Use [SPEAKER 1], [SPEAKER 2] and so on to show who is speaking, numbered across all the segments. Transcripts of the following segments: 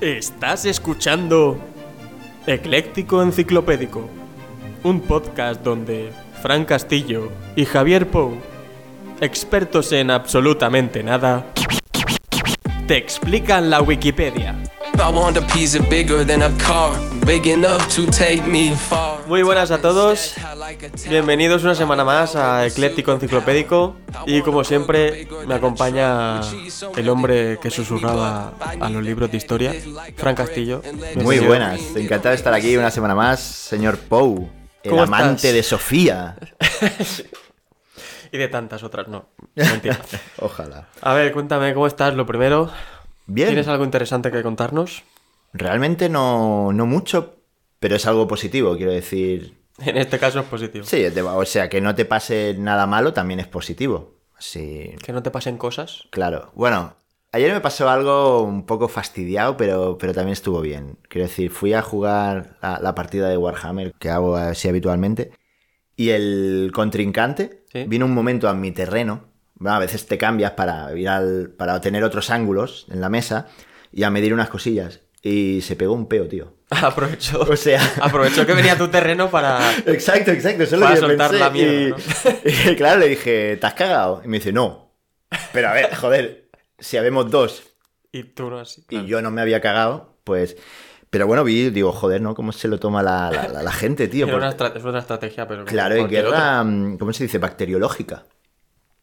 [SPEAKER 1] Estás escuchando Ecléctico Enciclopédico, un podcast donde Fran Castillo y Javier Pou, expertos en absolutamente nada, te explican la Wikipedia.
[SPEAKER 2] I want a piece of bigger than a car, big enough to take me far.
[SPEAKER 1] Muy buenas a todos, bienvenidos una semana más a Ecléctico Enciclopédico y como siempre me acompaña el hombre que susurraba a los libros de historia, Fran Castillo.
[SPEAKER 3] Muy buenas, encantado de estar aquí una semana más, señor Pou, el
[SPEAKER 1] ¿Cómo
[SPEAKER 3] amante
[SPEAKER 1] estás?
[SPEAKER 3] de Sofía.
[SPEAKER 1] Y de tantas otras, no. Mentira.
[SPEAKER 3] Ojalá.
[SPEAKER 1] A ver, cuéntame cómo estás, lo primero.
[SPEAKER 3] Bien.
[SPEAKER 1] ¿Tienes algo interesante que contarnos?
[SPEAKER 3] Realmente no, no mucho, pero es algo positivo, quiero decir.
[SPEAKER 1] En este caso es positivo.
[SPEAKER 3] Sí, te va- o sea, que no te pase nada malo también es positivo. Sí,
[SPEAKER 1] Que no te pasen cosas.
[SPEAKER 3] claro. Bueno, ayer me pasó algo un poco fastidiado, pero, pero también estuvo bien. Quiero decir, fui a jugar la, la partida de Warhammer que hago así habitualmente. Y el contrincante
[SPEAKER 1] Sí.
[SPEAKER 3] vino un momento a mi terreno. Bueno, a veces te cambias para ir al, para tener otros ángulos en la mesa y a medir unas cosillas. Y se pegó un peo, tío.
[SPEAKER 1] Aprovecho.
[SPEAKER 3] O sea-
[SPEAKER 1] Aprovecho que venía a tu terreno para.
[SPEAKER 3] Exacto, exacto. Solo
[SPEAKER 1] Para
[SPEAKER 3] yo
[SPEAKER 1] soltar
[SPEAKER 3] pensé
[SPEAKER 1] la mierda,
[SPEAKER 3] y, y claro, le dije, ¿te has cagado? Y me dice, no. Pero a ver, joder, si habemos dos
[SPEAKER 1] Y tú no así.
[SPEAKER 3] y yo no me había cagado, pues. Pero bueno, vi, digo, joder, ¿no? ¿Cómo se lo toma la, la- la- la gente, tío?
[SPEAKER 1] Era
[SPEAKER 3] Porque-
[SPEAKER 1] una estra- es una estrategia, pero. como
[SPEAKER 3] Claro, en
[SPEAKER 1] cualquier otra.
[SPEAKER 3] guerra, mm, ¿cómo se dice? Bacteriológica.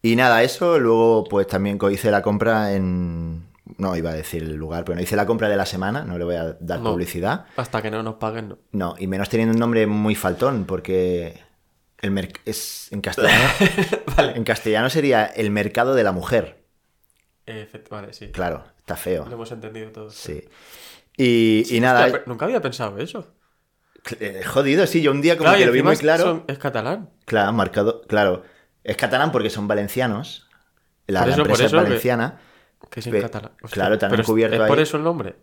[SPEAKER 3] Y nada, eso. Luego, pues también co- hice la compra en. No iba a decir el lugar, pero no hice la compra de la semana, no le voy a dar
[SPEAKER 1] No.
[SPEAKER 3] publicidad.
[SPEAKER 1] Hasta que no nos paguen, no.
[SPEAKER 3] No, y menos teniendo un nombre muy faltón, porque el merc- es en castellano. En castellano sería el mercado de la mujer.
[SPEAKER 1] Efect- Vale, sí.
[SPEAKER 3] Claro, está
[SPEAKER 1] Lo
[SPEAKER 3] feo.
[SPEAKER 1] hemos entendido todos.
[SPEAKER 3] Sí. Y, y nada,
[SPEAKER 1] Hostia, pero nunca había pensado eso.
[SPEAKER 3] eh, jodido, sí, yo un día como
[SPEAKER 1] Claro, y
[SPEAKER 3] que lo vi
[SPEAKER 1] encima
[SPEAKER 3] muy claro.
[SPEAKER 1] son- es catalán.
[SPEAKER 3] Claro, marcado, claro. Es catalán porque son valencianos. La,
[SPEAKER 1] Por
[SPEAKER 3] la
[SPEAKER 1] eso- por
[SPEAKER 3] empresa es
[SPEAKER 1] eso que-
[SPEAKER 3] valenciana.
[SPEAKER 1] Que es en
[SPEAKER 3] Pe-
[SPEAKER 1] catalán. Hostia,
[SPEAKER 3] claro, también
[SPEAKER 1] pero es-
[SPEAKER 3] cubierto
[SPEAKER 1] Es por
[SPEAKER 3] ahí.
[SPEAKER 1] eso el nombre.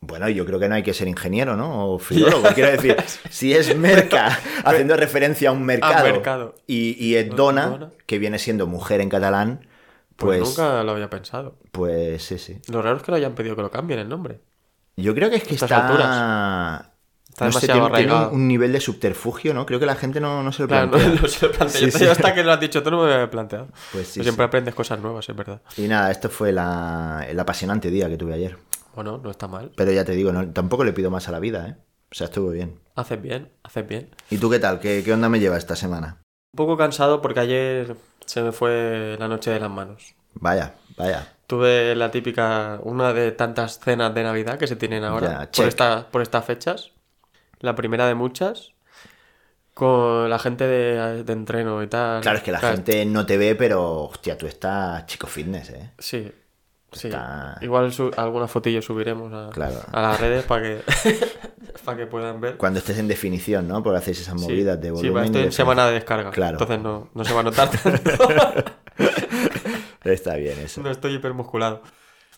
[SPEAKER 3] Bueno, yo creo que no hay que ser ingeniero, ¿no? O filólogo. Quiero decir, si es merca, haciendo referencia a un mercado,
[SPEAKER 1] mercado.
[SPEAKER 3] y, y es
[SPEAKER 1] Dona.
[SPEAKER 3] dona, que viene siendo mujer en catalán, pues,
[SPEAKER 1] Pues,
[SPEAKER 3] pues,
[SPEAKER 1] nunca lo había pensado.
[SPEAKER 3] sí, sí.
[SPEAKER 1] Lo raro es que lo hayan pedido que lo cambien el nombre.
[SPEAKER 3] Yo creo que es que
[SPEAKER 1] Estas
[SPEAKER 3] está...
[SPEAKER 1] Está
[SPEAKER 3] no sé,
[SPEAKER 1] demasiado
[SPEAKER 3] tiene, tiene
[SPEAKER 1] arraigado.
[SPEAKER 3] un, un nivel de subterfugio, ¿no? Creo que la gente no, no se lo
[SPEAKER 1] Claro,
[SPEAKER 3] plantea.
[SPEAKER 1] no, no se lo planteé.
[SPEAKER 3] Sí,
[SPEAKER 1] Yo te-
[SPEAKER 3] sí.
[SPEAKER 1] yo hasta que lo has dicho tú no me lo había planteado.
[SPEAKER 3] Pues sí,
[SPEAKER 1] Pero Siempre
[SPEAKER 3] sí.
[SPEAKER 1] aprendes cosas nuevas, es verdad.
[SPEAKER 3] Y nada, esto fue la- el apasionante día que tuve ayer.
[SPEAKER 1] Bueno, no está mal.
[SPEAKER 3] Pero ya te digo, no- tampoco le pido más a la vida, ¿eh? O sea, estuvo bien.
[SPEAKER 1] Haces bien, haces bien.
[SPEAKER 3] ¿Y tú qué tal? ¿Qué, qué onda me lleva esta semana?
[SPEAKER 1] Un poco cansado porque ayer se me fue la noche de las manos.
[SPEAKER 3] Vaya, vaya.
[SPEAKER 1] Tuve la típica, una de tantas cenas de Navidad que se tienen
[SPEAKER 3] Ya,
[SPEAKER 1] ahora por,
[SPEAKER 3] check.
[SPEAKER 1] esta- por estas fechas. La primera de muchas. Con la gente de, de entreno y tal.
[SPEAKER 3] Claro, es que la gente no te ve, pero hostia, tú estás chico fitness, ¿eh?
[SPEAKER 1] Sí. Sí.
[SPEAKER 3] Está-
[SPEAKER 1] Igual su- alguna fotillo subiremos a,
[SPEAKER 3] Claro.
[SPEAKER 1] a las redes para que, para que puedan ver.
[SPEAKER 3] Cuando estés en definición, ¿no? Porque hacéis esas
[SPEAKER 1] Sí,
[SPEAKER 3] movidas de
[SPEAKER 1] sí,
[SPEAKER 3] volumen.
[SPEAKER 1] va,
[SPEAKER 3] y
[SPEAKER 1] estoy en
[SPEAKER 3] definición.
[SPEAKER 1] semana de descarga.
[SPEAKER 3] Claro.
[SPEAKER 1] Entonces no, no se va a notar tanto.
[SPEAKER 3] Está bien eso.
[SPEAKER 1] no estoy hipermusculado.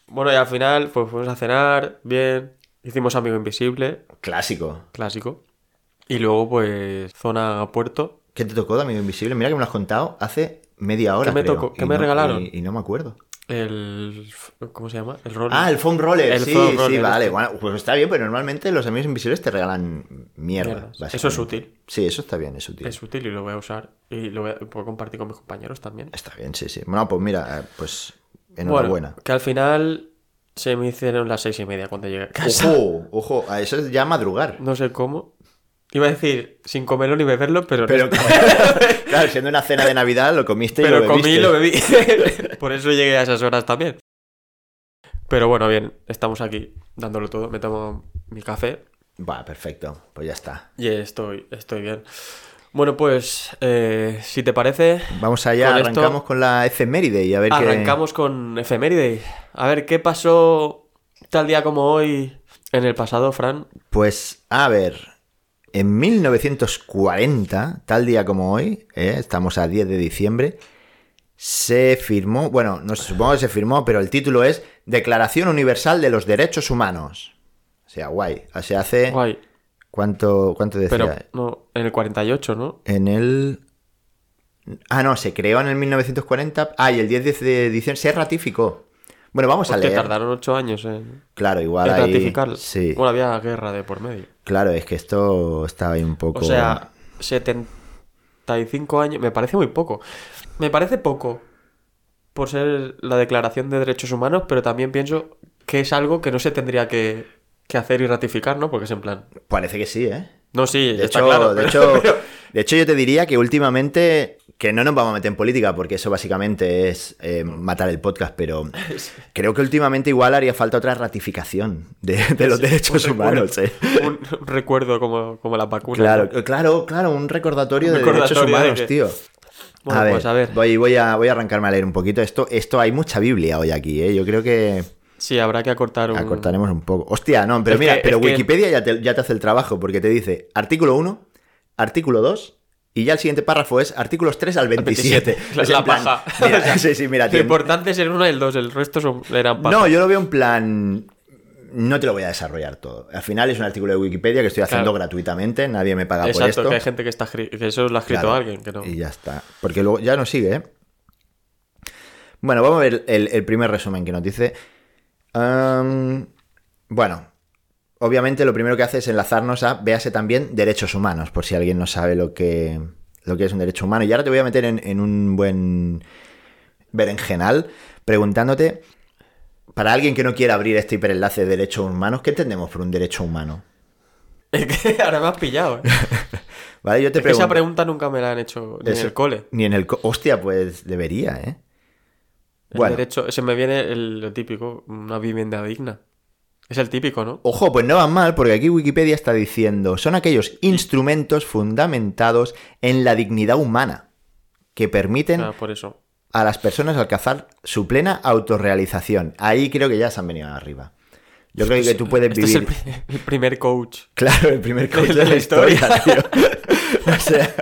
[SPEAKER 1] Bueno, y al final, pues fuimos a cenar, bien. Hicimos Amigo Invisible,
[SPEAKER 3] Clásico.
[SPEAKER 1] clásico. Y luego, pues, zona puerto.
[SPEAKER 3] ¿Qué te tocó de Amigo Invisible? Mira que me lo has contado hace media hora.
[SPEAKER 1] me
[SPEAKER 3] creo,
[SPEAKER 1] tocó?
[SPEAKER 3] y
[SPEAKER 1] ¿Qué me
[SPEAKER 3] no-
[SPEAKER 1] regalaron?
[SPEAKER 3] Y, y no me acuerdo.
[SPEAKER 1] El. ¿Cómo se llama? El rol.
[SPEAKER 3] Ah, el foam roller.
[SPEAKER 1] El
[SPEAKER 3] sí,
[SPEAKER 1] foam
[SPEAKER 3] sí,
[SPEAKER 1] roller,
[SPEAKER 3] vale.
[SPEAKER 1] este.
[SPEAKER 3] Bueno, pues está bien, pero normalmente los Amigos Invisibles te regalan mierda.
[SPEAKER 1] Mierdas.
[SPEAKER 3] básicamente.
[SPEAKER 1] Eso es útil.
[SPEAKER 3] Sí, eso está bien, es útil.
[SPEAKER 1] Es útil y lo voy a usar. Y lo voy a- puedo compartir con mis compañeros también.
[SPEAKER 3] Está bien, sí, sí. Bueno, pues mira, eh, pues enhorabuena.
[SPEAKER 1] Bueno, que al final se me hicieron las seis y media cuando llegué a casa.
[SPEAKER 3] Ojo, ojo, a eso es ya madrugar.
[SPEAKER 1] No sé cómo. Iba a decir sin comerlo ni beberlo, pero.
[SPEAKER 3] Pero como- claro, siendo una cena de Navidad lo comiste este y
[SPEAKER 1] pero
[SPEAKER 3] lo
[SPEAKER 1] comí y
[SPEAKER 3] bebiste.
[SPEAKER 1] lo bebí. Por eso llegué a esas horas también. Pero bueno, bien, estamos aquí dándolo todo. Me tomo mi café
[SPEAKER 3] Va, perfecto. Pues ya está.
[SPEAKER 1] y estoy, estoy bien. Bueno, pues eh, si te parece,
[SPEAKER 3] Vamos allá,
[SPEAKER 1] Con esto- Ah,
[SPEAKER 3] arrancamos con la efeméride y a ver qué-
[SPEAKER 1] arrancamos con efeméride. A ver, ¿qué pasó tal día como hoy en el pasado, Fran?
[SPEAKER 3] Pues a ver, en 1940, tal día como hoy, ¿eh? estamos a 10 de diciembre, se firmó, bueno, no sé, supongo que se firmó, pero el título es Declaración Universal de los Derechos Humanos. O sea, guay. O sea, hace...
[SPEAKER 1] Guay.
[SPEAKER 3] ¿Cuánto, cuánto Eh, decía? eh.
[SPEAKER 1] Pero no, en el 48, ¿no?
[SPEAKER 3] En el... Ah, no, se creó en el 1940. Ah, y el 10 de diciembre se ratificó. Bueno, vamos a
[SPEAKER 1] Hostia,
[SPEAKER 3] leer.
[SPEAKER 1] tardaron ocho años en,
[SPEAKER 3] Claro, igual
[SPEAKER 1] en
[SPEAKER 3] ahí-
[SPEAKER 1] ratificarlo.
[SPEAKER 3] Sí,
[SPEAKER 1] Bueno, había guerra de por medio.
[SPEAKER 3] claro, es que esto estaba ahí un poco...
[SPEAKER 1] O sea, 75 años. Me parece muy poco. Me parece poco por ser la Declaración de Derechos Humanos, pero también pienso que es algo que no se tendría que, que hacer y ratificar, ¿no? Porque es en plan.
[SPEAKER 3] Parece que sí, ¿eh?
[SPEAKER 1] No, sí,
[SPEAKER 3] De
[SPEAKER 1] está
[SPEAKER 3] hecho,
[SPEAKER 1] claro.
[SPEAKER 3] de,
[SPEAKER 1] pero-
[SPEAKER 3] hecho,
[SPEAKER 1] pero-
[SPEAKER 3] de hecho, yo te diría que últimamente, que no nos vamos a meter en política, porque eso básicamente es eh, matar el podcast, pero creo que últimamente igual haría falta otra ratificación de, de los derechos
[SPEAKER 1] un recuerdo-
[SPEAKER 3] humanos. ¿eh?
[SPEAKER 1] Un recuerdo como, como las vacunas.
[SPEAKER 3] Claro,
[SPEAKER 1] ¿no?
[SPEAKER 3] claro, claro, un recordatorio,
[SPEAKER 1] Un
[SPEAKER 3] de
[SPEAKER 1] recordatorio
[SPEAKER 3] derechos
[SPEAKER 1] de
[SPEAKER 3] humanos,
[SPEAKER 1] que-
[SPEAKER 3] tío.
[SPEAKER 1] Bueno,
[SPEAKER 3] a ver,
[SPEAKER 1] pues a ver.
[SPEAKER 3] Voy, voy a, voy a arrancarme a leer un poquito. Esto, esto hay mucha Biblia hoy aquí, ¿eh? Yo creo que
[SPEAKER 1] Sí, habrá que acortar un.
[SPEAKER 3] acortaremos un poco. Hostia, no, pero
[SPEAKER 1] Es
[SPEAKER 3] mira,
[SPEAKER 1] que-
[SPEAKER 3] pero
[SPEAKER 1] es que-
[SPEAKER 3] Wikipedia ya, te, ya te hace el trabajo, porque te dice artículo 1, artículo 2, y ya el siguiente párrafo es artículos 3 al 27.
[SPEAKER 1] 27.
[SPEAKER 3] O sea,
[SPEAKER 1] La
[SPEAKER 3] en plan,
[SPEAKER 1] paja.
[SPEAKER 3] mira,
[SPEAKER 1] O sea,
[SPEAKER 3] sí, sí, mira,
[SPEAKER 1] Lo
[SPEAKER 3] tío,
[SPEAKER 1] importante es el uno y el dos, el resto son, eran paja.
[SPEAKER 3] No, ah, yo lo veo en plan. No te lo voy a desarrollar todo. Al final es un artículo de Wikipedia que estoy haciendo
[SPEAKER 1] Claro.
[SPEAKER 3] gratuitamente, nadie me paga por
[SPEAKER 1] Exacto,
[SPEAKER 3] esto.
[SPEAKER 1] que hay gente que está escri- que eso lo ha escrito
[SPEAKER 3] Claro,
[SPEAKER 1] alguien, que no.
[SPEAKER 3] Y ya está. Porque luego ya no sigue, ¿eh? Bueno, vamos a ver el, el primer resumen que nos dice. Am, bueno, obviamente lo primero que hace es enlazarnos a, véase también, derechos humanos, por si alguien no sabe lo que, lo que es un derecho humano. Y ahora te voy a meter en, en un buen berenjenal preguntándote, para alguien que no quiera abrir este hiperenlace de derechos humanos, ¿qué entendemos por un derecho humano?
[SPEAKER 1] Es que ahora me has pillado. ¿eh?
[SPEAKER 3] ¿Vale? Yo te
[SPEAKER 1] Es que esa
[SPEAKER 3] pregunto-
[SPEAKER 1] pregunta nunca me la han hecho ni
[SPEAKER 3] Eso-
[SPEAKER 1] en el cole.
[SPEAKER 3] Ni en el co- Hostia, pues debería, ¿eh?
[SPEAKER 1] El
[SPEAKER 3] Bueno,
[SPEAKER 1] derecho, se me viene el, lo típico, una vivienda digna. Es el típico, ¿no?
[SPEAKER 3] ojo, pues no van mal, porque aquí Wikipedia está diciendo, son aquellos instrumentos fundamentados en la dignidad humana que permiten
[SPEAKER 1] Ah, por eso.
[SPEAKER 3] a las personas alcanzar su plena autorrealización. Ahí creo que ya se han venido arriba. Yo creo que tú puedes
[SPEAKER 1] Este es
[SPEAKER 3] vivir...
[SPEAKER 1] el, pri- el primer coach.
[SPEAKER 3] Claro, el primer coach
[SPEAKER 1] de
[SPEAKER 3] de la
[SPEAKER 1] la
[SPEAKER 3] historia, tío. O sea,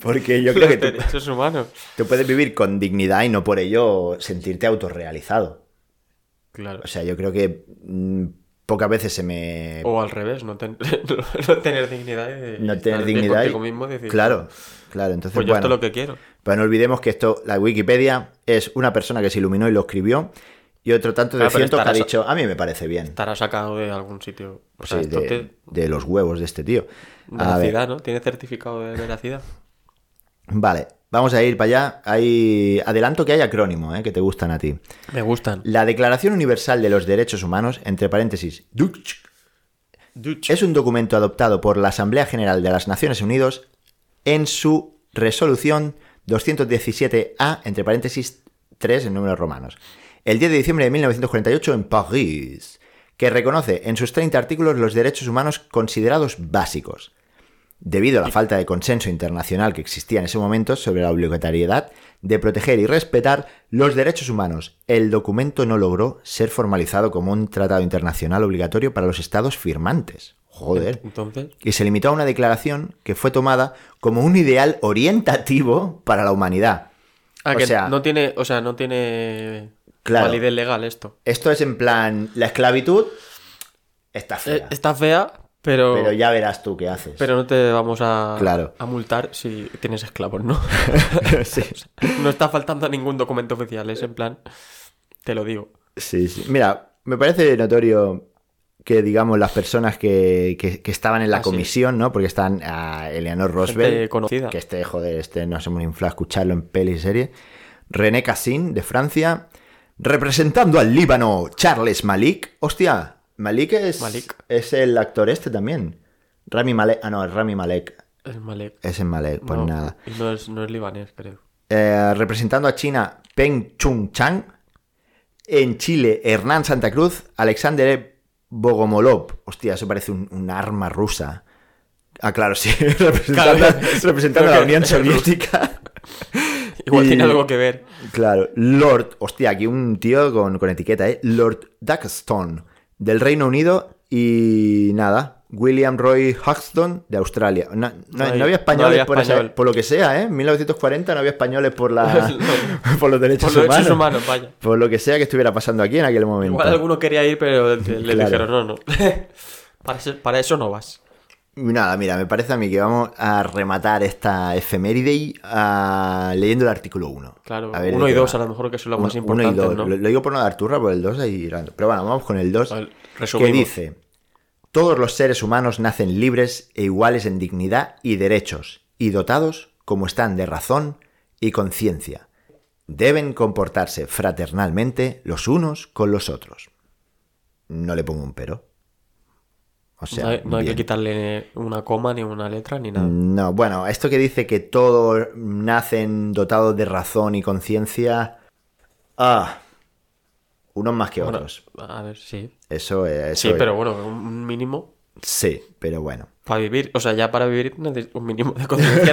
[SPEAKER 3] porque yo creo que
[SPEAKER 1] Los
[SPEAKER 3] tú,
[SPEAKER 1] derechos humanos.
[SPEAKER 3] tú puedes vivir con dignidad y no por ello sentirte autorrealizado.
[SPEAKER 1] Claro.
[SPEAKER 3] O sea, yo creo que mm, pocas veces se me...
[SPEAKER 1] O al revés, no, ten- no- no tener dignidad. y
[SPEAKER 3] no
[SPEAKER 1] estar
[SPEAKER 3] tener
[SPEAKER 1] bien
[SPEAKER 3] dignidad. y-
[SPEAKER 1] Contigo mismo y decir,
[SPEAKER 3] claro, claro. Entonces,
[SPEAKER 1] Pues yo
[SPEAKER 3] bueno,
[SPEAKER 1] esto es lo que quiero.
[SPEAKER 3] pues no olvidemos que esto, la Wikipedia es una persona que se iluminó y lo escribió y otro tanto de
[SPEAKER 1] Ah, pero
[SPEAKER 3] cientos que ha
[SPEAKER 1] estará so-
[SPEAKER 3] dicho, a mí me parece bien.
[SPEAKER 1] Estará sacado de algún sitio. O sea,
[SPEAKER 3] Sí,
[SPEAKER 1] esto
[SPEAKER 3] de,
[SPEAKER 1] te-
[SPEAKER 3] de los huevos de este tío. A ver,
[SPEAKER 1] Veracidad, ¿no? Tiene certificado de veracidad.
[SPEAKER 3] vale, vamos a ir para allá. Hay, adelanto que hay acrónimo, ¿eh? que te gustan a ti.
[SPEAKER 1] Me gustan.
[SPEAKER 3] La Declaración Universal de los Derechos Humanos, entre paréntesis, DUCH, es un documento adoptado por la Asamblea General de las Naciones Unidas en su resolución 217A, entre paréntesis 3 en números romanos, el 10 de diciembre de 1948 en París, que reconoce en sus 30 artículos los derechos humanos considerados básicos. Debido a la falta de consenso internacional que existía en ese momento sobre la obligatoriedad de proteger y respetar los derechos humanos, el documento no logró ser formalizado como un tratado internacional obligatorio para los estados firmantes. Joder.
[SPEAKER 1] Entonces,
[SPEAKER 3] Y se limitó a una declaración que fue tomada como un ideal orientativo para la humanidad.
[SPEAKER 1] ah,
[SPEAKER 3] O
[SPEAKER 1] que
[SPEAKER 3] sea-
[SPEAKER 1] no tiene, o sea, no tiene
[SPEAKER 3] Claro.
[SPEAKER 1] validez legal esto.
[SPEAKER 3] Esto es en plan, la esclavitud está fea,
[SPEAKER 1] Eh, está fea,
[SPEAKER 3] pero
[SPEAKER 1] pero pero,
[SPEAKER 3] ya verás tú qué haces.
[SPEAKER 1] no te vamos a
[SPEAKER 3] Claro.
[SPEAKER 1] a multar si tienes esclavos, ¿no?
[SPEAKER 3] Sí.
[SPEAKER 1] no está faltando ningún documento oficial, es en plan te lo digo.
[SPEAKER 3] Sí, sí. Mira, me parece notorio que, digamos, las personas que, que- que estaban en la
[SPEAKER 1] Ah, sí.
[SPEAKER 3] comisión, ¿no? Porque están a Eleanor
[SPEAKER 1] Gente
[SPEAKER 3] Roosevelt,
[SPEAKER 1] conocida.
[SPEAKER 3] que este, joder, este nos hemos inflado a escucharlo en peli y serie. René Cassin, de Francia. Representando al Líbano, Charles Malik. Hostia, Malik es,
[SPEAKER 1] Malik.
[SPEAKER 3] es el actor este también. Rami Malek. Ah, no, es Rami Malek.
[SPEAKER 1] Es malek.
[SPEAKER 3] Es en Malek, pues
[SPEAKER 1] no,
[SPEAKER 3] nada.
[SPEAKER 1] y no es, no es libanés, creo.
[SPEAKER 3] Eh, representando a China, Peng Chung Chang. En Chile, Hernán Santa Cruz, Alexander Bogomolov. Hostia, eso parece un, un arma rusa. Ah, claro, sí. representando
[SPEAKER 1] Claro.
[SPEAKER 3] representando a la
[SPEAKER 1] Creo que
[SPEAKER 3] Unión
[SPEAKER 1] es ruso.
[SPEAKER 3] Soviética.
[SPEAKER 1] Igual
[SPEAKER 3] Y-
[SPEAKER 1] tiene algo que ver.
[SPEAKER 3] Claro, Lord, hostia, aquí un tío con, con etiqueta, ¿eh? Lord Duxton, del Reino Unido y nada, William Roy Huxton, de Australia. No, no-
[SPEAKER 1] No hay-
[SPEAKER 3] no había españoles
[SPEAKER 1] no había
[SPEAKER 3] por, esa-
[SPEAKER 1] español.
[SPEAKER 3] por lo que sea, ¿eh? En 1940 no había españoles por, la, por los derechos
[SPEAKER 1] Por los
[SPEAKER 3] humanos.
[SPEAKER 1] derechos humanos, vaya.
[SPEAKER 3] Por lo que sea que estuviera pasando aquí en aquel momento.
[SPEAKER 1] Igual alguno quería ir, pero le, le
[SPEAKER 3] Claro.
[SPEAKER 1] dijeron no, no. para, eso- para eso no vas.
[SPEAKER 3] Nada, mira, me parece a mí que vamos a rematar esta efeméride y, ah, leyendo el artículo 1.
[SPEAKER 1] Claro, uno y dos a lo mejor que son los más importantes, ¿no?
[SPEAKER 3] Lo, lo digo por no dar turra, por el 2 ahí rando. Pero bueno, vamos con el 2.
[SPEAKER 1] Vale,
[SPEAKER 3] Que
[SPEAKER 1] resumimos.
[SPEAKER 3] dice: Todos los seres humanos nacen libres e iguales en dignidad y derechos, y dotados como están de razón y conciencia. Deben comportarse fraternalmente los unos con los otros. No le pongo un pero. O sea,
[SPEAKER 1] no hay, no hay que
[SPEAKER 3] bien. Mm,
[SPEAKER 1] quitarle una coma, ni una letra, ni nada.
[SPEAKER 3] No, bueno, esto que dice que todos nacen dotados de razón y conciencia. Ah, unos más que
[SPEAKER 1] Bueno,
[SPEAKER 3] otros.
[SPEAKER 1] a ver, sí.
[SPEAKER 3] Eso es.
[SPEAKER 1] Sí, pero bueno, un mínimo
[SPEAKER 3] Sí, pero bueno.
[SPEAKER 1] para vivir. O sea, ya para vivir neces- un mínimo de conciencia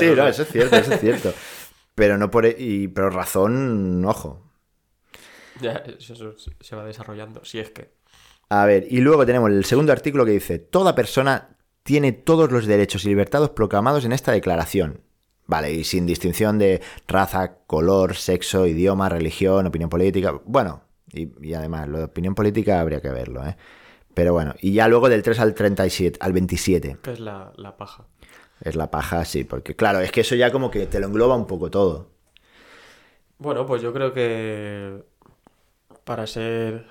[SPEAKER 3] sí, sí,
[SPEAKER 1] o sea.
[SPEAKER 3] no, eso es cierto, eso es cierto. Pero no por. e- Y, pero razón, ojo.
[SPEAKER 1] Ya, eso, eso se- se va desarrollando, si es que.
[SPEAKER 3] A ver, y luego tenemos el segundo artículo que dice: Toda persona tiene todos los derechos y libertades proclamados en esta declaración. Vale, y sin distinción de raza, color, sexo, idioma, religión, opinión política. Bueno, y, y además, lo de opinión política habría que verlo, ¿eh? Pero bueno, y ya luego del 3 al 37, al 27.
[SPEAKER 1] Que es la, la paja.
[SPEAKER 3] Es la paja, sí, porque claro, es que eso ya como que te lo engloba un poco todo.
[SPEAKER 1] Bueno, pues yo creo que para ser